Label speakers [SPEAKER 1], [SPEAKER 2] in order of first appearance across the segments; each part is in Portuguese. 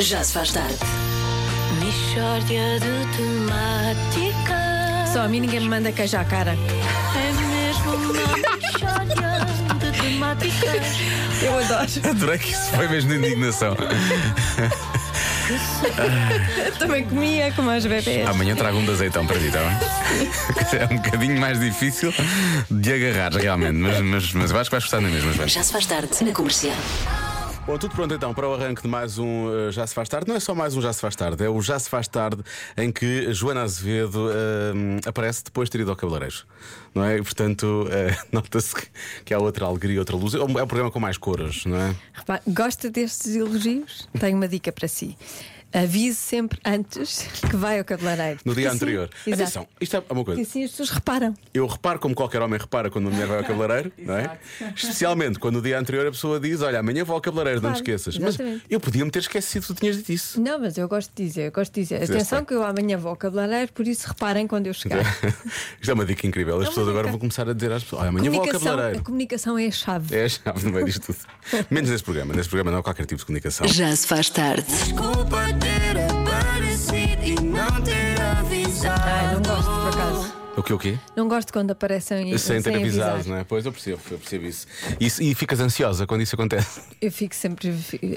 [SPEAKER 1] Já se faz tarde.
[SPEAKER 2] Mixórdia de temáticas
[SPEAKER 3] Só a mim ninguém me manda queijo à cara.
[SPEAKER 2] É mesmo uma mixórdia de temáticas
[SPEAKER 3] Eu adoro.
[SPEAKER 4] Adorei que isso foi mesmo de indignação.
[SPEAKER 3] Eu também comia com mais bebês.
[SPEAKER 4] Amanhã trago um de azeitão para ti, está bem? É um bocadinho mais difícil de agarrar, realmente, mas, mas, mas eu acho que vais gostar na mesma, Joana.
[SPEAKER 1] Já se faz tarde na comercial.
[SPEAKER 4] Bom, tudo pronto então para o arranque de mais um eh, Já se faz tarde. Não é só mais um Já se faz tarde, é o Já se faz tarde em que Joana Azevedo eh, aparece depois de ter ido ao cabeleireiro. Não é? E, portanto, eh, nota-se que, que há outra alegria, outra luz. É um, é um programa com mais cores, não é?
[SPEAKER 3] Repare, gosta destes elogios? Tenho uma dica para si. Avise sempre antes que vai ao cabeleireiro.
[SPEAKER 4] No
[SPEAKER 3] Porque
[SPEAKER 4] dia
[SPEAKER 3] assim-
[SPEAKER 4] anterior.
[SPEAKER 3] Exato.
[SPEAKER 4] Atenção, isto é uma
[SPEAKER 3] E
[SPEAKER 4] coisa.
[SPEAKER 3] assim as pessoas reparam.
[SPEAKER 4] Eu reparo como qualquer homem repara quando uma mulher vai ao cabeleireiro, não é? Especialmente quando o dia anterior a pessoa diz: Olha, amanhã vou ao cabeleireiro, não
[SPEAKER 3] Claro,
[SPEAKER 4] te esqueças. Mas
[SPEAKER 3] exatamente.
[SPEAKER 4] eu podia-me ter esquecido que tu tinhas dito isso.
[SPEAKER 3] Não, mas eu gosto de dizer, eu gosto de dizer.
[SPEAKER 4] Fizeste
[SPEAKER 3] Atenção
[SPEAKER 4] bem.
[SPEAKER 3] que eu amanhã vou ao cabeleireiro, por isso reparem quando eu chegar.
[SPEAKER 4] Isto é uma dica incrível. As
[SPEAKER 3] uma
[SPEAKER 4] pessoas agora
[SPEAKER 3] dica.
[SPEAKER 4] vão começar a dizer às pessoas: Olha, amanhã vou ao
[SPEAKER 3] Comunicação-
[SPEAKER 4] cabeleireiro.
[SPEAKER 3] a comunicação é a chave.
[SPEAKER 4] É a chave no meio disto tudo. Menos nesse programa. Nesse programa não há qualquer tipo de comunicação.
[SPEAKER 1] Já se faz tarde.
[SPEAKER 2] Desculpa ter aparecido e não ter avisado
[SPEAKER 3] Ai, não gosto, por acaso.
[SPEAKER 4] O que o quê?
[SPEAKER 3] Não gosto quando aparecem
[SPEAKER 4] Sem ter
[SPEAKER 3] avisar.
[SPEAKER 4] avisado, não é? Pois eu percebo, eu percebo isso. Isso- E, ficas ansiosa quando isso acontece.
[SPEAKER 3] Eu fico sempre,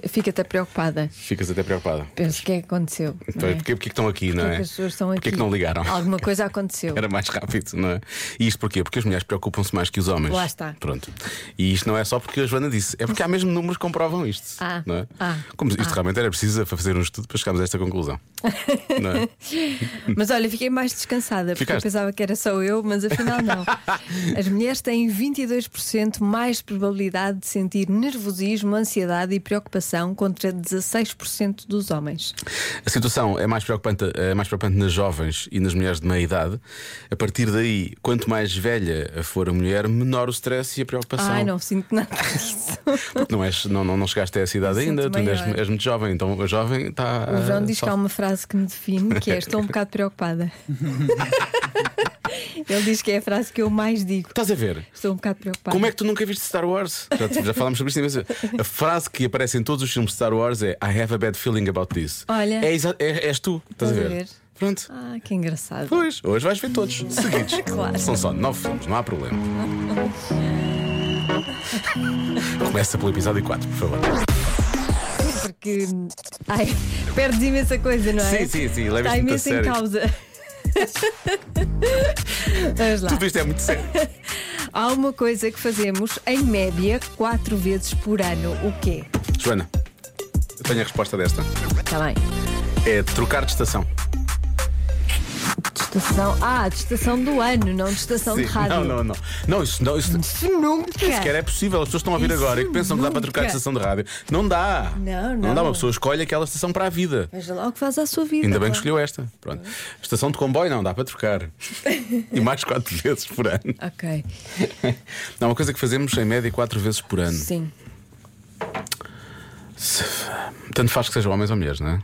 [SPEAKER 3] fico até preocupada.
[SPEAKER 4] Ficas até preocupada.
[SPEAKER 3] Penso o que é que aconteceu. não é?
[SPEAKER 4] Então, Porquê, porquê que estão aqui, não
[SPEAKER 3] Porquê
[SPEAKER 4] é?
[SPEAKER 3] que as pessoas estão
[SPEAKER 4] Porquê
[SPEAKER 3] aqui?
[SPEAKER 4] que não ligaram?
[SPEAKER 3] Alguma coisa aconteceu.
[SPEAKER 4] Era mais rápido, não é? E isto porquê? Porque as mulheres preocupam-se mais que os homens.
[SPEAKER 3] Lá está.
[SPEAKER 4] Pronto. E isto não é só porque a Joana disse, é porque há mesmo números que comprovam isto.
[SPEAKER 3] Ah,
[SPEAKER 4] não é?
[SPEAKER 3] ah,
[SPEAKER 4] Como isto realmente era preciso fazer um estudo para chegarmos a esta conclusão. não é?
[SPEAKER 3] Mas olha, fiquei mais descansada porque
[SPEAKER 4] Ficaste?
[SPEAKER 3] eu pensava que era só eu, mas afinal não. As mulheres têm 22% mais probabilidade de sentir nervosismo, ansiedade e preocupação contra 16% dos homens.
[SPEAKER 4] A situação é mais, preocupante, é mais preocupante nas jovens e nas mulheres de meia idade. A partir daí, quanto mais velha for a mulher, menor o stress e a preocupação.
[SPEAKER 3] Ai, não sinto nada disso.
[SPEAKER 4] Porque não, és, não, não, não chegaste a essa idade
[SPEAKER 3] Me sinto
[SPEAKER 4] ainda, tu ainda és,
[SPEAKER 3] maior.
[SPEAKER 4] és muito jovem, então a jovem está.
[SPEAKER 3] O João diz
[SPEAKER 4] Ah, só-
[SPEAKER 3] que há uma frase que me define que é estou um bocado preocupada. Ele diz que é a frase que eu mais digo.
[SPEAKER 4] Estás a ver?
[SPEAKER 3] Estou um bocado preocupada.
[SPEAKER 4] Como é que tu nunca viste Star Wars? Já, já falámos sobre isto imenso. A frase que aparece em todos os filmes de Star Wars é I have a bad feeling about this.
[SPEAKER 3] Olha.
[SPEAKER 4] É, exa- é- és tu, estás a ver?
[SPEAKER 3] Estás a ver?
[SPEAKER 4] Pronto.
[SPEAKER 3] Ah, que engraçado.
[SPEAKER 4] Pois, hoje vais ver todos, seguidos.
[SPEAKER 3] Claro.
[SPEAKER 4] São só nove filmes, não há problema. Começa pelo episódio 4, por favor.
[SPEAKER 3] Porque ai, perdes imensa coisa, não é?
[SPEAKER 4] Sim, sim, sim,
[SPEAKER 3] Está
[SPEAKER 4] levas muito a
[SPEAKER 3] imenso em
[SPEAKER 4] sério.
[SPEAKER 3] causa. Vamos lá.
[SPEAKER 4] Tudo isto é muito sério.
[SPEAKER 3] Há uma coisa que fazemos em média quatro vezes por ano. O quê?
[SPEAKER 4] Joana, eu tenho a resposta desta.
[SPEAKER 3] Está Tá bem.
[SPEAKER 4] É trocar de estação.
[SPEAKER 3] De estação. Ah, de estação do ano, não de estação de É um rádio.
[SPEAKER 4] não, não, não. Não, isso não, isso
[SPEAKER 3] Isso nunca.
[SPEAKER 4] sequer é possível. As pessoas estão a ouvir
[SPEAKER 3] Isso
[SPEAKER 4] agora e que pensam que dá para trocar de
[SPEAKER 3] nunca.
[SPEAKER 4] estação de rádio. Não dá.
[SPEAKER 3] Não,
[SPEAKER 4] Não dá,
[SPEAKER 3] não.
[SPEAKER 4] uma pessoa escolhe aquela estação para a vida.
[SPEAKER 3] Veja lá o que faz à sua vida.
[SPEAKER 4] Ainda bem
[SPEAKER 3] pá.
[SPEAKER 4] que escolheu esta. Pronto. Estação de comboio não, dá para trocar. E mais quatro vezes por ano.
[SPEAKER 3] Ok,
[SPEAKER 4] Não, uma coisa que fazemos em média quatro vezes por ano.
[SPEAKER 3] sim.
[SPEAKER 4] Tanto faz que sejam homens ou mulheres, não é?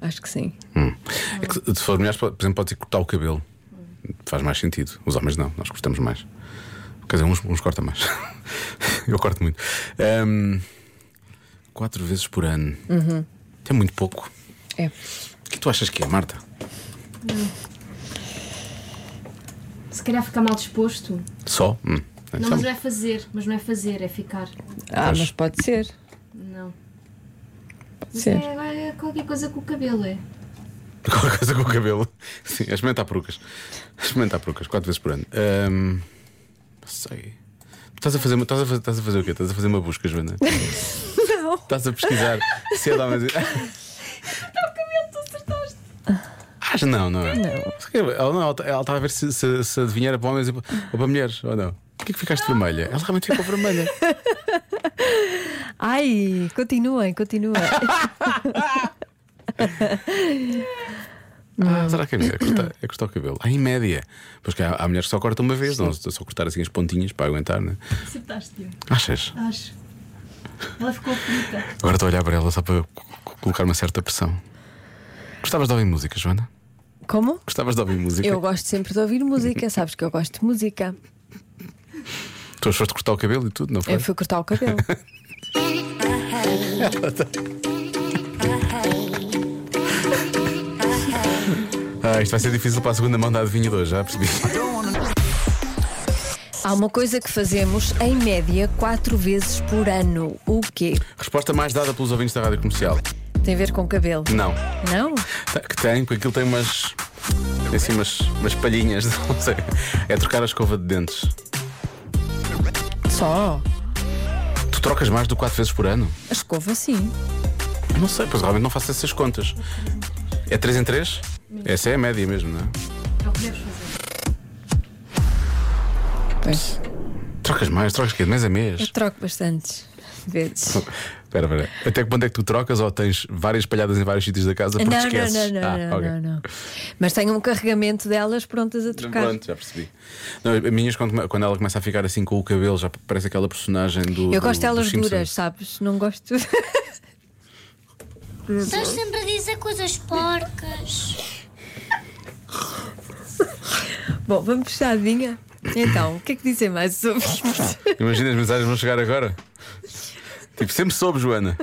[SPEAKER 3] Acho que sim.
[SPEAKER 4] Hum. É que se for mulheres, por exemplo, pode ir cortar o cabelo. Faz mais sentido. Os homens não, nós cortamos mais. Quer dizer, uns, uns corta mais. Eu corto muito. Ahm, quatro vezes por ano.
[SPEAKER 5] Uhum.
[SPEAKER 4] É muito pouco.
[SPEAKER 3] É.
[SPEAKER 4] O que tu achas que é, Marta?
[SPEAKER 5] Se calhar ficar mal disposto.
[SPEAKER 4] Só? Hum.
[SPEAKER 5] Não,
[SPEAKER 4] Então,
[SPEAKER 5] mas não é fazer, mas não é fazer, é ficar.
[SPEAKER 3] Ah,
[SPEAKER 4] Pois.
[SPEAKER 3] mas pode ser.
[SPEAKER 5] Não. Mas
[SPEAKER 3] Ser.
[SPEAKER 5] é agora é qualquer coisa com o cabelo, é.
[SPEAKER 4] Qualquer coisa com o cabelo. Sim, é experimentar perucas. É Experimentar perucas, quatro vezes por ano. Ahm, não sei. Estás a, fazer, uma- estás, a fazer, estás a fazer o quê? Estás a fazer uma busca, Joana?
[SPEAKER 3] Não.
[SPEAKER 4] Estás a pesquisar se é de homens. Acho não, não é? Não. Ela, não, ela tá- ela estava a ver se, se, se adivinha era para homens e- ou para mulheres, ou não. Porquê que ficaste vermelha? Ela realmente ficou vermelha.
[SPEAKER 3] Ai, continuem, continuem.
[SPEAKER 4] Ah, será que é melhor? É cortar, é cortar o cabelo. Ah, em média. Pois que há, há mulheres que só cortam uma vez, não, só cortar assim as pontinhas para aguentar, não é?
[SPEAKER 5] Acertaste-te,
[SPEAKER 4] Achas?
[SPEAKER 5] acho. É Ela ficou bonita.
[SPEAKER 4] Agora estou a olhar para ela só para co- co- colocar uma certa pressão. Gostavas de ouvir música, Joana?
[SPEAKER 3] Como?
[SPEAKER 4] Gostavas de ouvir música?
[SPEAKER 3] Eu gosto sempre de ouvir música, sabes que eu gosto de música.
[SPEAKER 4] Tu foste cortar o cabelo e tudo, não foi?
[SPEAKER 3] Eu fui cortar o cabelo.
[SPEAKER 4] Ah, isto vai ser difícil para a segunda mão da adivinhadora, já percebi.
[SPEAKER 3] Há uma coisa que fazemos em média quatro vezes por ano. O quê?
[SPEAKER 4] Resposta mais dada pelos ouvintes da rádio comercial.
[SPEAKER 3] Tem a ver com cabelo?
[SPEAKER 4] Não.
[SPEAKER 3] Não?
[SPEAKER 4] Tá, Que tem, porque aquilo tem umas. Tem assim umas, umas palhinhas, não sei. É trocar a escova de dentes.
[SPEAKER 3] Só?
[SPEAKER 4] Tu trocas mais do que 4 vezes por ano?
[SPEAKER 3] A escova, sim.
[SPEAKER 4] Eu Não sei, pois realmente não faço essas contas. É 3 em 3? Essa é a média mesmo, não é?
[SPEAKER 5] É o que deves fazer.
[SPEAKER 3] Pois.
[SPEAKER 4] Trocas mais, trocas que de mês a
[SPEAKER 3] Eu
[SPEAKER 4] mês.
[SPEAKER 3] troco bastantes vezes.
[SPEAKER 4] Espera, espera. Até que ponto é que tu trocas ou tens várias palhadas em vários sítios da casa porque
[SPEAKER 3] Não, não,
[SPEAKER 4] esqueces?
[SPEAKER 3] não, não,
[SPEAKER 4] Ah,
[SPEAKER 3] não,
[SPEAKER 4] ok.
[SPEAKER 3] não, não. Mas tenho um carregamento delas prontas a trocar.
[SPEAKER 4] Pronto, já percebi. Não, a minhas, quando, quando ela começa a ficar assim com o cabelo, já parece aquela personagem do.
[SPEAKER 3] Eu
[SPEAKER 4] do-
[SPEAKER 3] gosto delas
[SPEAKER 4] dos Simpsons.
[SPEAKER 3] duras, sabes? Não gosto.
[SPEAKER 6] Estás sempre a dizer coisas porcas.
[SPEAKER 3] Bom, vamos fechadinha. Então, o que é que dizem mais os ouvintes?
[SPEAKER 4] Imagina as mensagens vão chegar agora. Tipo, sempre soube, Joana.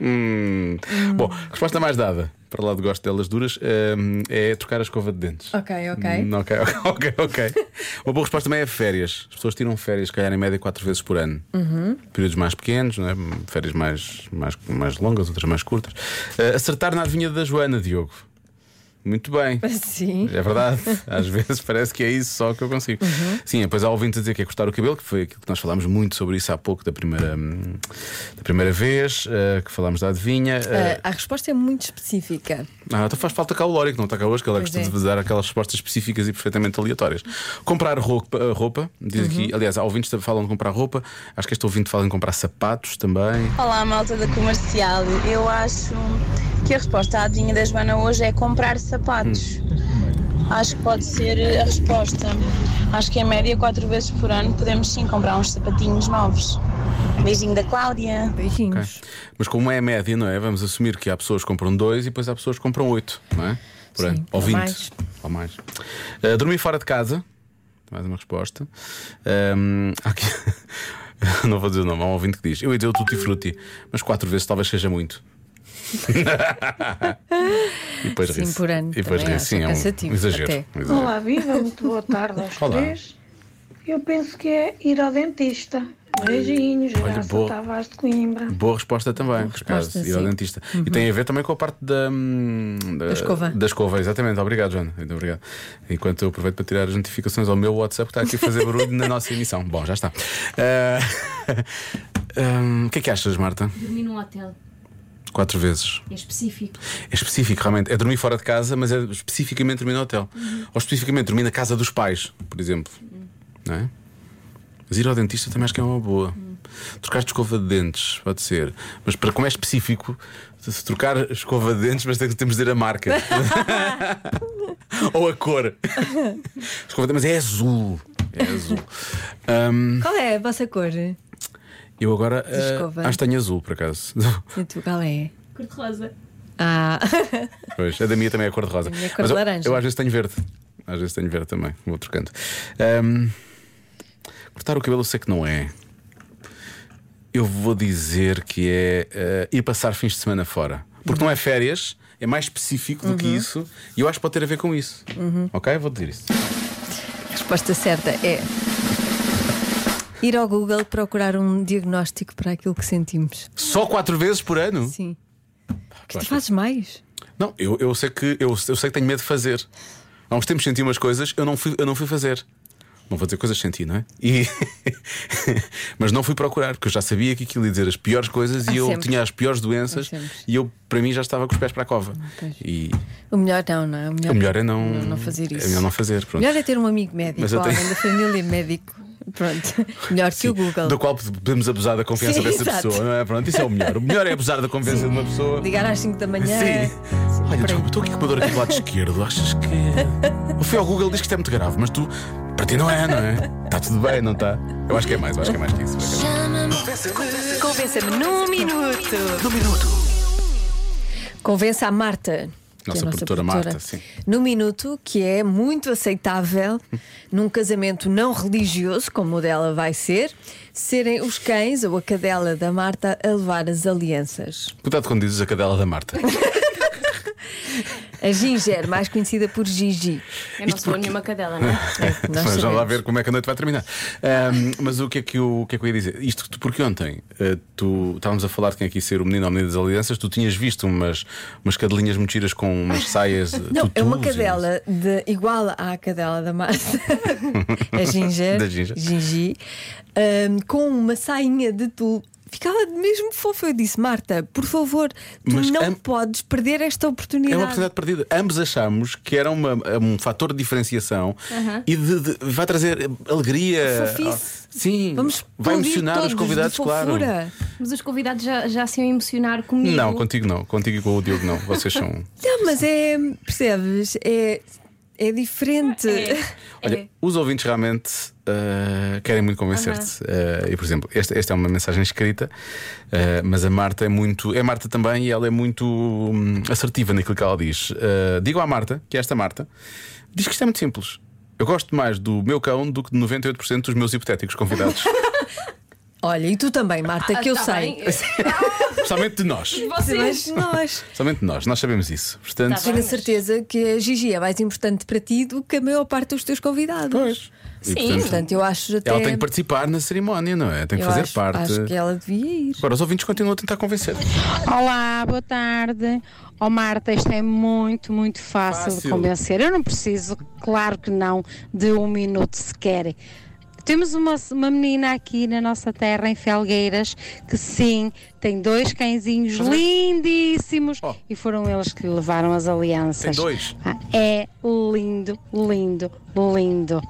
[SPEAKER 4] Hum. Bom, resposta mais dada, para lá de gosto delas duras, hum, é trocar a escova de dentes.
[SPEAKER 3] Ok, ok.
[SPEAKER 4] Hum, ok, ok, ok. Uma boa resposta também é férias. As pessoas tiram férias, se calhar, em média, quatro vezes por ano.
[SPEAKER 3] Uhum.
[SPEAKER 4] Períodos mais pequenos, não é? férias mais, mais, mais longas, outras mais curtas. Ah, acertar na adivinha da Joana, Diogo. Muito bem.
[SPEAKER 3] Sim.
[SPEAKER 4] É verdade, às vezes parece que é isso só que eu consigo. Sim, depois há ouvintes a dizer que é cortar o cabelo, que foi aquilo que nós falámos muito sobre isso há pouco da primeira, hum, da primeira vez, eh, que falámos da adivinha. eh,
[SPEAKER 3] Ah, a resposta é muito específica.
[SPEAKER 4] ah, então faz falta cá o Lório, que não está cá hoje, que ele é
[SPEAKER 3] Eh, Pois
[SPEAKER 4] costume
[SPEAKER 3] é.
[SPEAKER 4] de dar aquelas respostas específicas e perfeitamente aleatórias. Comprar roupa, eh, roupa diz
[SPEAKER 3] Uhum.
[SPEAKER 4] aqui, aliás, há ouvintes que falam de comprar roupa, acho que este ouvinte fala em comprar sapatos também.
[SPEAKER 7] Olá, malta da comercial. Eu acho que a resposta à adivinha da Joana hoje é comprar sapatos. Acho que pode ser a resposta. Acho que em média, quatro vezes por ano, podemos sim comprar uns sapatinhos novos. Beijinho da Cláudia.
[SPEAKER 3] Beijinhos.
[SPEAKER 4] Mas como é a média, não é? Vamos assumir que há pessoas que compram dois e depois há pessoas que compram oito, não é? Por
[SPEAKER 3] Sim,
[SPEAKER 4] ano. Ou
[SPEAKER 3] ou
[SPEAKER 4] vinte.
[SPEAKER 3] mais.
[SPEAKER 4] Ou mais. Ah, dormir fora de casa. Mais uma resposta. Ahm, há aqui- não vou dizer o nome, há um ouvinte que diz: Eu ia dizer o tutti frutti, mas quatro vezes talvez seja muito. e depois
[SPEAKER 3] Sim,
[SPEAKER 4] ri-se.
[SPEAKER 3] por ano
[SPEAKER 4] E depois
[SPEAKER 3] também
[SPEAKER 4] ri-se. Sim,
[SPEAKER 3] acho
[SPEAKER 4] é um
[SPEAKER 3] cansativo,
[SPEAKER 4] exagero.
[SPEAKER 3] até.
[SPEAKER 4] um exagero.
[SPEAKER 8] Olá, viva, muito boa tarde aos
[SPEAKER 4] Olá.
[SPEAKER 8] três. Eu penso que é ir ao dentista. Beijinhos,
[SPEAKER 4] Olha,
[SPEAKER 8] Graça
[SPEAKER 4] boa.
[SPEAKER 8] Tavares de Coimbra.
[SPEAKER 4] Boa resposta também, por acaso,
[SPEAKER 3] resposta,
[SPEAKER 4] ir ao
[SPEAKER 3] sim. Uhum.
[SPEAKER 4] dentista. E tem a ver também com a parte da, hum, da,
[SPEAKER 3] escova.
[SPEAKER 4] da escova, exatamente. Obrigado, Joana. Muito obrigado. Enquanto eu aproveito para tirar as notificações ao meu WhatsApp que está aqui a fazer barulho na nossa emissão. Bom, já está. Ah, hum, O que é que achas, Marta?
[SPEAKER 5] Dormir num hotel.
[SPEAKER 4] Quatro vezes.
[SPEAKER 5] É específico.
[SPEAKER 4] É específico, realmente. É dormir fora de casa, mas é especificamente dormir no hotel. Ou especificamente dormir na casa dos pais, por exemplo. Não é? Mas ir ao dentista também acho que é uma boa. Trocar de escova de dentes, pode ser. Mas para como é específico, se se trocar escova de dentes, mas tem- temos de dizer a marca. Ou a cor. Escova de dentes, mas é azul. É azul. Ahm,
[SPEAKER 3] Qual é a vossa cor? E
[SPEAKER 4] eu agora ah,
[SPEAKER 3] escova.
[SPEAKER 4] acho que tenho azul, por acaso.
[SPEAKER 3] tu, qual é?
[SPEAKER 5] Cor de rosa.
[SPEAKER 3] Ah,
[SPEAKER 4] Pois, a da minha também é cor de rosa.
[SPEAKER 3] A minha é cor
[SPEAKER 4] Mas
[SPEAKER 3] de
[SPEAKER 4] eu-
[SPEAKER 3] laranja.
[SPEAKER 4] Eu, às vezes tenho verde. Às vezes tenho verde também, vou trocando. Ahm, cortar o cabelo eu sei que não é. Eu vou dizer que é ah, ir passar fins de semana fora. Porque não é férias, é mais específico do que
[SPEAKER 3] Uhum.
[SPEAKER 4] isso. E eu acho que pode ter a ver com isso. Ok? Vou dizer isso.
[SPEAKER 3] a resposta certa é. Ir ao Google procurar um diagnóstico para aquilo que sentimos.
[SPEAKER 4] Só quatro vezes por ano?
[SPEAKER 3] Sim.
[SPEAKER 4] Tu
[SPEAKER 3] Tu
[SPEAKER 4] achas?
[SPEAKER 3] fazes mais?
[SPEAKER 4] Não, eu, eu sei que eu, eu sei que tenho medo de fazer. Há uns tempos senti umas coisas, eu não fui, eu não fui fazer. Não vou dizer coisas que senti, não é? E- Mas não fui procurar, porque eu já sabia que aquilo ia dizer as piores coisas
[SPEAKER 3] Há
[SPEAKER 4] e eu
[SPEAKER 3] Ah, sempre.
[SPEAKER 4] tinha as piores doenças
[SPEAKER 3] Há sempre. Ah,
[SPEAKER 4] e eu, para mim, já estava com os pés para a cova.
[SPEAKER 3] pois.
[SPEAKER 4] E
[SPEAKER 3] O melhor não, não é? O melhor,
[SPEAKER 4] o melhor é não,
[SPEAKER 3] não, fazer isso.
[SPEAKER 4] É melhor não fazer. Pronto.
[SPEAKER 3] Melhor é ter um amigo médico
[SPEAKER 4] Mas
[SPEAKER 3] ou
[SPEAKER 4] eu tenho-
[SPEAKER 3] alguém da família médico. Pronto. Melhor que o Google.
[SPEAKER 4] Da qual podemos abusar da confiança
[SPEAKER 3] Sim,
[SPEAKER 4] dessa
[SPEAKER 3] exato.
[SPEAKER 4] pessoa, não é? Pronto, isso é o melhor. O melhor é abusar da confiança de uma pessoa.
[SPEAKER 3] Ligar às 5 da manhã.
[SPEAKER 5] É.
[SPEAKER 4] Sim. Olha,
[SPEAKER 3] por
[SPEAKER 4] desculpa,
[SPEAKER 3] aí.
[SPEAKER 4] estou aqui com uma dor aqui do lado esquerdo. Achas que. O fui ao Google diz que isto é muito grave, mas tu. Para ti não é, não é? Está tudo bem, não está? Eu acho que é mais, eu acho que é mais que isso. eu acho que é mais.
[SPEAKER 3] Convença-me num minuto. Num minuto. Convença a Marta. que é
[SPEAKER 4] Nossa
[SPEAKER 3] a
[SPEAKER 4] produtora Marta, sim.
[SPEAKER 3] Num minuto, que é muito aceitável num casamento não religioso, como o dela vai ser, serem os cães ou a cadela da Marta a levar as alianças.
[SPEAKER 4] Cuidado quando dizes a cadela da Marta.
[SPEAKER 3] A Ginger, mais conhecida por Gigi.
[SPEAKER 5] Eu não sou nenhuma cadela, não é?
[SPEAKER 3] É, nós
[SPEAKER 4] Vamos já lá
[SPEAKER 3] sabemos.
[SPEAKER 4] ver como é que a noite vai terminar. Ahm, mas o que, é que eu, o que é que eu ia dizer? Isto tu- porque ontem ah, tu estávamos a falar de quem aqui ser o menino ou a menina das alianças, tu tinhas visto umas, umas cadelinhas mentiras com umas saias. eh,
[SPEAKER 3] Não, é uma
[SPEAKER 4] tutus e não sei-
[SPEAKER 3] cadela de- igual à cadela da Marta, a Ginger,
[SPEAKER 4] Da Ginger.
[SPEAKER 3] Gigi, ahm, com uma sainha de tul. Ficava mesmo fofa. Eu disse, Marta, por favor, tu
[SPEAKER 4] Mas
[SPEAKER 3] não
[SPEAKER 4] am-
[SPEAKER 3] podes perder esta
[SPEAKER 4] É
[SPEAKER 3] oportunidade.
[SPEAKER 4] uma oportunidade perdida. Ambos achamos que era uma- um fator de diferenciação e de- de- vai trazer alegria.
[SPEAKER 3] Fofice.
[SPEAKER 4] Sim,
[SPEAKER 3] Vamos
[SPEAKER 4] vai
[SPEAKER 3] explodir
[SPEAKER 4] emocionar os
[SPEAKER 3] todos
[SPEAKER 4] convidados,
[SPEAKER 3] de
[SPEAKER 4] claro.
[SPEAKER 3] fofura.
[SPEAKER 5] Mas os convidados já, já se iam emocionar um comigo.
[SPEAKER 4] Não, contigo não, contigo e com o Diogo não. Vocês são.
[SPEAKER 3] Não, mas é, percebes? É, é diferente.
[SPEAKER 4] Olha,
[SPEAKER 5] É.
[SPEAKER 4] os ouvintes realmente ah, querem muito convencer-te. Ah, e, por exemplo, esta, esta é uma mensagem escrita, ah, mas a Marta é muito. É Marta também e ela é muito hum, assertiva naquilo que ela diz. Ah, digo à Marta, que é esta Marta, diz que isto é muito simples. Eu gosto mais do meu cão do que de 98% dos meus hipotéticos convidados.
[SPEAKER 3] Olha, e tu também, Marta, que eu
[SPEAKER 5] Tá
[SPEAKER 3] sei.
[SPEAKER 5] bem, eu-
[SPEAKER 4] Somente de nós.
[SPEAKER 3] Mas nós.
[SPEAKER 4] Somente de nós, nós sabemos isso. Portanto,
[SPEAKER 5] Tá
[SPEAKER 3] Tenho a certeza que a Gigi é mais importante para ti do que a maior parte dos teus convidados.
[SPEAKER 4] pois. E,
[SPEAKER 5] Sim.
[SPEAKER 4] portanto,
[SPEAKER 3] Portanto, eu acho até.
[SPEAKER 4] ela tem que participar na cerimónia, não é? Tem que
[SPEAKER 3] eu
[SPEAKER 4] fazer
[SPEAKER 3] acho,
[SPEAKER 4] parte.
[SPEAKER 3] Acho que ela devia ir.
[SPEAKER 4] Agora, os ouvintes continuam a tentar convencer.
[SPEAKER 9] Olá, boa tarde. Oh Marta, isto é muito, muito fácil,
[SPEAKER 4] Fácil.
[SPEAKER 9] de convencer. Eu não preciso, claro que não, de um minuto sequer. Temos uma, uma menina aqui na nossa terra, em Felgueiras, que sim, tem dois cãezinhos lindíssimos
[SPEAKER 4] é. Oh.
[SPEAKER 9] e foram eles que lhe levaram as alianças.
[SPEAKER 4] Tem dois?
[SPEAKER 9] Ah, É lindo, lindo, lindo.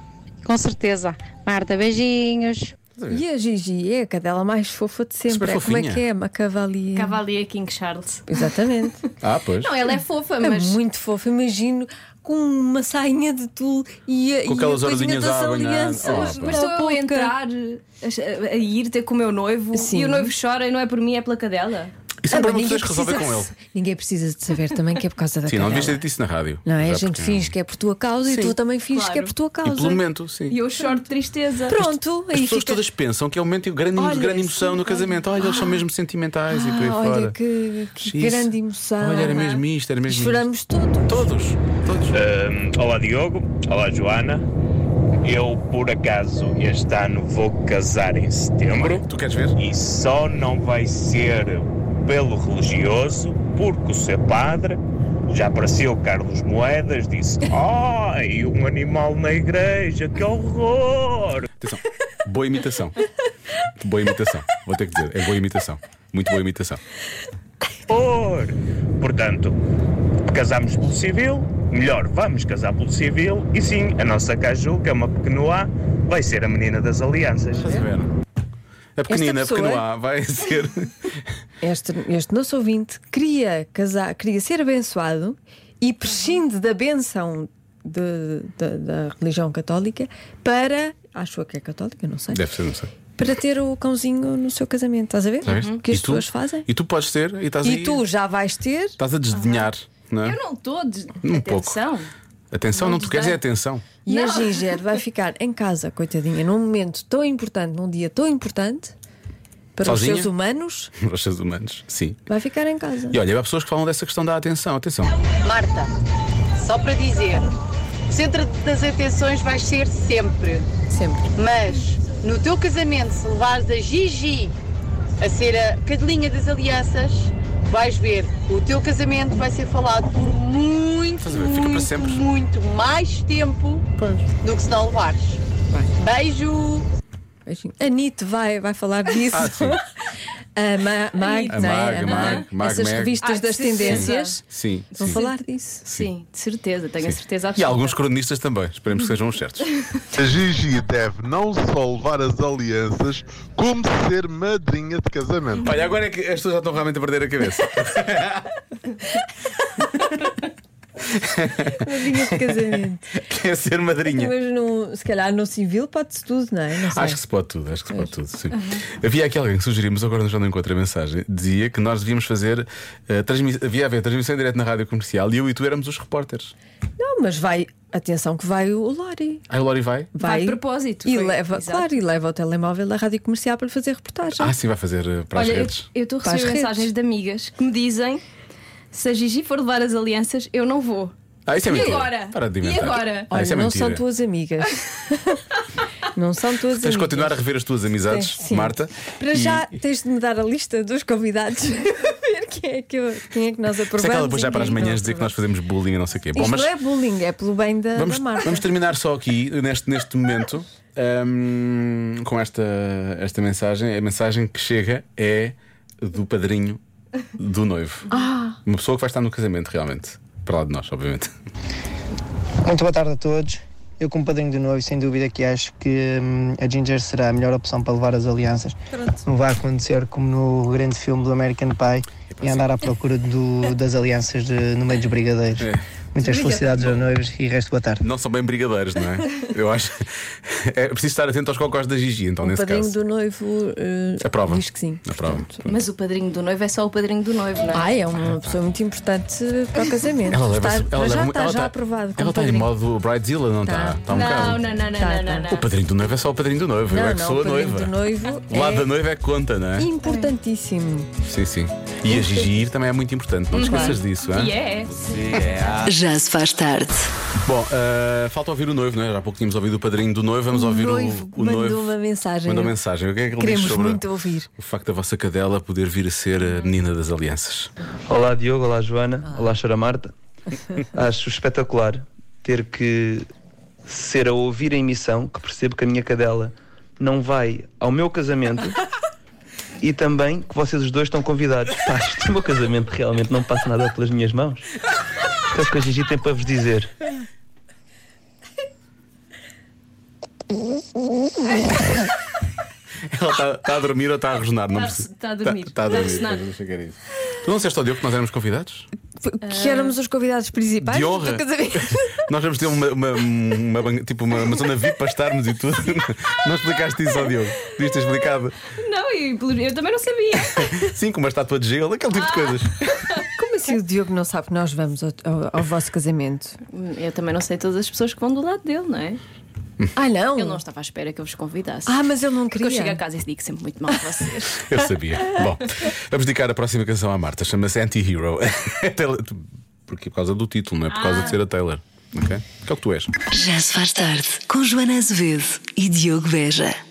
[SPEAKER 9] Com certeza. Marta, beijinhos.
[SPEAKER 3] E a Gigi é a cadela mais fofa de sempre.
[SPEAKER 4] Super
[SPEAKER 3] é, como é
[SPEAKER 4] fofinha.
[SPEAKER 3] que é? Uma cavalinha.
[SPEAKER 5] Cavalier King Charles.
[SPEAKER 3] Exatamente.
[SPEAKER 4] Ah, pois.
[SPEAKER 5] Não, ela é fofa,
[SPEAKER 3] É
[SPEAKER 5] mas.
[SPEAKER 3] muito fofa, imagino. Com uma sainha de tule e a,
[SPEAKER 4] Com
[SPEAKER 3] e
[SPEAKER 4] aquelas
[SPEAKER 3] a coisinha
[SPEAKER 4] orelhinhas
[SPEAKER 3] das
[SPEAKER 4] a abanhar.
[SPEAKER 3] alianças.
[SPEAKER 4] Oh,
[SPEAKER 3] Na
[SPEAKER 5] Mas estou eu a
[SPEAKER 3] boca.
[SPEAKER 5] entrar a, a ir ter com o meu noivo
[SPEAKER 3] Sim.
[SPEAKER 5] e o noivo chora e não é por mim, é pela cadela.
[SPEAKER 4] Isso é um
[SPEAKER 3] Ah, mas
[SPEAKER 4] problema que
[SPEAKER 3] ninguém
[SPEAKER 4] tens que resolver com ele.
[SPEAKER 3] precisa- Ninguém precisa de saber também que é por causa da
[SPEAKER 4] Sim, não
[SPEAKER 3] cadela.
[SPEAKER 4] devias ter dito isso na rádio.
[SPEAKER 3] Não é?
[SPEAKER 4] Já
[SPEAKER 3] A gente
[SPEAKER 4] porque-
[SPEAKER 3] finge que é por tua causa
[SPEAKER 4] Sim.
[SPEAKER 3] e tu também finges
[SPEAKER 5] Claro.
[SPEAKER 3] que é por tua
[SPEAKER 4] E
[SPEAKER 3] causa.
[SPEAKER 4] pelo momento, sim.
[SPEAKER 5] E eu choro de tristeza.
[SPEAKER 3] Pronto,
[SPEAKER 4] As
[SPEAKER 3] aí
[SPEAKER 4] pessoas
[SPEAKER 3] fica.
[SPEAKER 4] todas pensam que é um momento de grande,
[SPEAKER 3] Olha,
[SPEAKER 4] de grande emoção
[SPEAKER 3] sim,
[SPEAKER 4] no casamento. Olha, eles são mesmo sentimentais e por aí
[SPEAKER 3] Ah,
[SPEAKER 4] fora.
[SPEAKER 3] olha que, que
[SPEAKER 4] Isso.
[SPEAKER 3] grande emoção. é?
[SPEAKER 4] Olha, era mesmo isto, era mesmo isto.
[SPEAKER 3] Choramos tudo.
[SPEAKER 4] Todos, todos.
[SPEAKER 10] Hum, olá Diogo, olá Joana. Eu por acaso este ano vou casar em setembro
[SPEAKER 4] Tu queres ver?
[SPEAKER 10] e só não vai ser pelo religioso porque o seu padre já apareceu Carlos Moedas disse ai um animal na igreja que horror
[SPEAKER 4] Atenção. Boa imitação. Boa imitação. Vou ter que dizer. É boa imitação. Muito boa imitação.
[SPEAKER 10] horror portanto casamos pelo civil melhor vamos casar pelo civil e sim a nossa caju que é uma pequenoá vai ser a menina das alianças
[SPEAKER 4] Estás a ver? A pequenina, é a
[SPEAKER 3] pessoa-
[SPEAKER 4] pequenoá, vai ser.
[SPEAKER 3] Este, este nosso ouvinte queria casar, queria ser abençoado e prescinde da benção de- de- da religião católica para. Acho eu que é católica, não sei.
[SPEAKER 4] Deve ser, não sei.
[SPEAKER 3] Para ter o cãozinho no seu casamento. Estás a ver?
[SPEAKER 4] Já viste?
[SPEAKER 3] O Uhum. que as
[SPEAKER 4] E tu?
[SPEAKER 3] pessoas fazem?
[SPEAKER 4] E tu podes ser e estás aí-
[SPEAKER 3] E tu já vais ter.
[SPEAKER 4] Estás a desdenhar, não é?
[SPEAKER 5] Eu não estou de
[SPEAKER 4] Um
[SPEAKER 5] atenção.
[SPEAKER 4] Atenção, não,
[SPEAKER 5] Não
[SPEAKER 4] tu queres é
[SPEAKER 5] desdenho.
[SPEAKER 4] atenção.
[SPEAKER 3] E a Ginger vai ficar em casa, coitadinha, num momento tão importante, num dia tão importante para
[SPEAKER 4] Sozinha?
[SPEAKER 3] os seres humanos,
[SPEAKER 4] Os seres humanos, sim.
[SPEAKER 3] vai ficar em casa.
[SPEAKER 4] E olha, há pessoas que falam dessa questão da atenção. Atenção.
[SPEAKER 11] Marta, só para dizer, centro das atenções vais ser sempre,
[SPEAKER 3] Sempre.
[SPEAKER 11] mas no teu casamento, se levares a Gigi a ser a cadelinha das alianças, vais ver, o teu casamento vai ser falado por muito,
[SPEAKER 4] Estás a ver, fica para
[SPEAKER 11] muito,
[SPEAKER 4] sempre.
[SPEAKER 11] muito mais tempo do que se não levares. Beijo!
[SPEAKER 3] Beijinho. A Nite vai, vai falar disso.
[SPEAKER 4] Ah, sim.
[SPEAKER 3] a Ma Mag,
[SPEAKER 4] A
[SPEAKER 3] não
[SPEAKER 4] Mag,
[SPEAKER 3] é?
[SPEAKER 4] a Mag, Mag,
[SPEAKER 3] Essas
[SPEAKER 4] Mag.
[SPEAKER 3] revistas
[SPEAKER 5] Ai,
[SPEAKER 3] das
[SPEAKER 5] Ah, sim, sim.
[SPEAKER 3] tendências
[SPEAKER 4] Sim.
[SPEAKER 3] vão
[SPEAKER 4] sim.
[SPEAKER 3] falar disso.
[SPEAKER 5] Sim, de certeza, tenho a
[SPEAKER 4] Sim. E
[SPEAKER 5] certeza
[SPEAKER 4] há
[SPEAKER 5] absoluta.
[SPEAKER 4] alguns cronistas também. Esperemos que sejam os certos.
[SPEAKER 12] A Gigi deve não só levar as alianças, como ser madrinha de casamento.
[SPEAKER 4] Olha, agora é que as pessoas já estão realmente a perder a cabeça.
[SPEAKER 3] Madrinha de casamento.
[SPEAKER 4] Quer é ser madrinha.
[SPEAKER 3] Mas no, se calhar no civil pode-se tudo, não é? Não sei.
[SPEAKER 4] Acho que se pode tudo, acho que se pode tudo, sim. Havia aqui alguém que sugerimos, agora já não encontro a mensagem, dizia que nós devíamos fazer. eh, transmi- havia a ver transmissão em direto na rádio comercial e eu e tu éramos os repórteres.
[SPEAKER 3] Não, mas vai, atenção que vai o Lori.
[SPEAKER 4] Aí o Lori vai?
[SPEAKER 5] Vai de propósito,
[SPEAKER 3] E
[SPEAKER 5] foi,
[SPEAKER 3] leva,
[SPEAKER 5] exato.
[SPEAKER 3] claro, e leva o telemóvel da rádio comercial para lhe fazer reportagem.
[SPEAKER 4] Ah, sim, vai fazer eh, para as
[SPEAKER 5] Olha, eu-
[SPEAKER 4] redes.
[SPEAKER 5] eu estou a
[SPEAKER 3] Para as
[SPEAKER 5] receber
[SPEAKER 3] redes.
[SPEAKER 5] mensagens de amigas que me dizem se a Gigi for levar as alianças, eu não vou.
[SPEAKER 4] Ah, isso é
[SPEAKER 5] e
[SPEAKER 4] mentira.
[SPEAKER 5] agora?
[SPEAKER 4] Para de
[SPEAKER 5] e
[SPEAKER 4] inventar.
[SPEAKER 5] agora?
[SPEAKER 4] Ah,
[SPEAKER 3] Olha,
[SPEAKER 4] isso é
[SPEAKER 3] não
[SPEAKER 4] mentira.
[SPEAKER 3] são tuas amigas. não são tuas
[SPEAKER 4] Tens
[SPEAKER 3] amigas.
[SPEAKER 4] de continuar a rever as tuas amizades,
[SPEAKER 3] Sim, sim.
[SPEAKER 4] Marta.
[SPEAKER 3] Para
[SPEAKER 4] e-
[SPEAKER 3] já tens de me dar a lista dos convidados ver quem é que, eu- quem é que nós aprovamos.
[SPEAKER 4] Por isso é que ela depois
[SPEAKER 3] e
[SPEAKER 4] já
[SPEAKER 3] quem
[SPEAKER 4] para as
[SPEAKER 3] é que não
[SPEAKER 4] manhãs dizer que nós fazemos bullying e não sei o quê. Bom,
[SPEAKER 3] Isto
[SPEAKER 4] mas
[SPEAKER 3] não é bullying, é pelo bem da,
[SPEAKER 4] vamos,
[SPEAKER 3] da marca.
[SPEAKER 4] vamos terminar só aqui, neste, neste momento, hum, com esta, esta mensagem. A mensagem que chega é do padrinho do noivo.
[SPEAKER 5] Ah.
[SPEAKER 4] Uma pessoa que vai estar no casamento, realmente. Para lá de nós, obviamente.
[SPEAKER 9] Muito boa tarde a todos. Eu, como um padrinho de noivo, sem dúvida que acho que hum, a Ginger será a melhor opção para levar as alianças. Não vai acontecer como no grande filme do American Pie e andar à procura do- das alianças de- no meio dos brigadeiros. um Muitas felicidades aos noivos e resto boa tarde.
[SPEAKER 4] Não são bem brigadeiros, não é? Eu acho. É preciso estar atento aos cocós da Gigi, então,
[SPEAKER 3] O
[SPEAKER 4] nesse
[SPEAKER 3] padrinho
[SPEAKER 4] caso.
[SPEAKER 3] do noivo eh,
[SPEAKER 4] Aprova.
[SPEAKER 3] diz que sim.
[SPEAKER 4] Aprova.
[SPEAKER 5] Mas o padrinho do noivo é só o padrinho do noivo, não é?
[SPEAKER 3] Ah, é uma pessoa muito importante para o casamento.
[SPEAKER 4] Ela leva-
[SPEAKER 3] está,
[SPEAKER 4] ela
[SPEAKER 3] para
[SPEAKER 4] leva
[SPEAKER 3] já
[SPEAKER 4] mu-
[SPEAKER 3] está
[SPEAKER 4] ela
[SPEAKER 3] já
[SPEAKER 4] tá-
[SPEAKER 3] aprovado. Tá. como
[SPEAKER 4] Ela está
[SPEAKER 3] padrinho.
[SPEAKER 4] em modo Bridezilla, não está? Está um bocado.
[SPEAKER 5] Não, não, não, não, não, não,
[SPEAKER 4] O padrinho do noivo é só o padrinho do noivo, eu é que
[SPEAKER 3] não,
[SPEAKER 4] sou
[SPEAKER 3] o
[SPEAKER 4] a
[SPEAKER 3] padrinho
[SPEAKER 4] noiva.
[SPEAKER 3] do noivo
[SPEAKER 4] O lado
[SPEAKER 3] é
[SPEAKER 4] da noiva é que conta, não é?
[SPEAKER 3] importantíssimo.
[SPEAKER 4] Sim, sim. E a Gigi ir também é muito importante, não te
[SPEAKER 3] Uhum.
[SPEAKER 4] esqueças disso, hã?
[SPEAKER 3] E é.
[SPEAKER 4] Sim, é.
[SPEAKER 1] Já se faz tarde.
[SPEAKER 4] Bom, eh, falta ouvir o noivo, não é? Já há pouco tínhamos ouvido o padrinho do noivo, vamos
[SPEAKER 3] O
[SPEAKER 4] ouvir
[SPEAKER 3] noivo
[SPEAKER 4] o, o
[SPEAKER 3] mandou
[SPEAKER 4] noivo.
[SPEAKER 3] uma mensagem.
[SPEAKER 4] Mandou mensagem. O que é que ele
[SPEAKER 3] Queremos
[SPEAKER 4] diz sobre
[SPEAKER 3] muito ouvir.
[SPEAKER 4] o facto da vossa cadela poder vir a ser a menina das alianças?
[SPEAKER 10] Olá Diogo, olá Joana, olá Chora Marta. Acho espetacular ter que ser a ouvir a emissão que percebo que a minha cadela não vai ao meu casamento e também que vocês os dois estão convidados. Pá, isto do meu casamento realmente não passa nada pelas minhas mãos. O que é que a Gigi tem para vos dizer?
[SPEAKER 4] Ela está tá a dormir ou está a rosnar? Não
[SPEAKER 5] Tá-
[SPEAKER 4] percebo.
[SPEAKER 5] tá a dormir.
[SPEAKER 4] Tá- tá a
[SPEAKER 5] Tá a
[SPEAKER 4] dormir,
[SPEAKER 5] ressonar.
[SPEAKER 4] pois, não sei o que era isso. Tu não disseste ao Diogo que nós éramos convidados?
[SPEAKER 5] Ah.
[SPEAKER 3] Que éramos os convidados principais
[SPEAKER 4] De
[SPEAKER 3] do
[SPEAKER 4] honra.
[SPEAKER 3] teu casamento.
[SPEAKER 4] Nós vamos ter uma, uma, uma banca- tipo uma, uma zona VIP para estarmos e tudo. Não explicaste isso ao Diogo. Podias ter explicado.
[SPEAKER 5] Não, e pelo- eu também não sabia.
[SPEAKER 4] Sim, com uma estátua de gelo, aquele tipo de coisas.
[SPEAKER 3] Como assim o Diogo não sabe que nós vamos ao, ao- ao vosso casamento?
[SPEAKER 5] Eu também não sei todas as pessoas que vão do lado dele, não é?
[SPEAKER 3] Ah, não?
[SPEAKER 5] Ele não estava à espera que eu vos convidasse.
[SPEAKER 3] Ah, mas ele não
[SPEAKER 5] Porque eu
[SPEAKER 3] queria.
[SPEAKER 5] chego a casa e digo sempre muito mal a vocês.
[SPEAKER 4] Eu sabia. Bom, vamos dedicar a próxima canção à Marta. Chama-se Anti-Hero. É Taylor- Porque por causa do título, não é por causa
[SPEAKER 1] Ah.
[SPEAKER 4] de ser a Taylor. ok? Que é o que tu és.
[SPEAKER 1] Já se faz tarde com Joana Azevedo e Diogo Veja.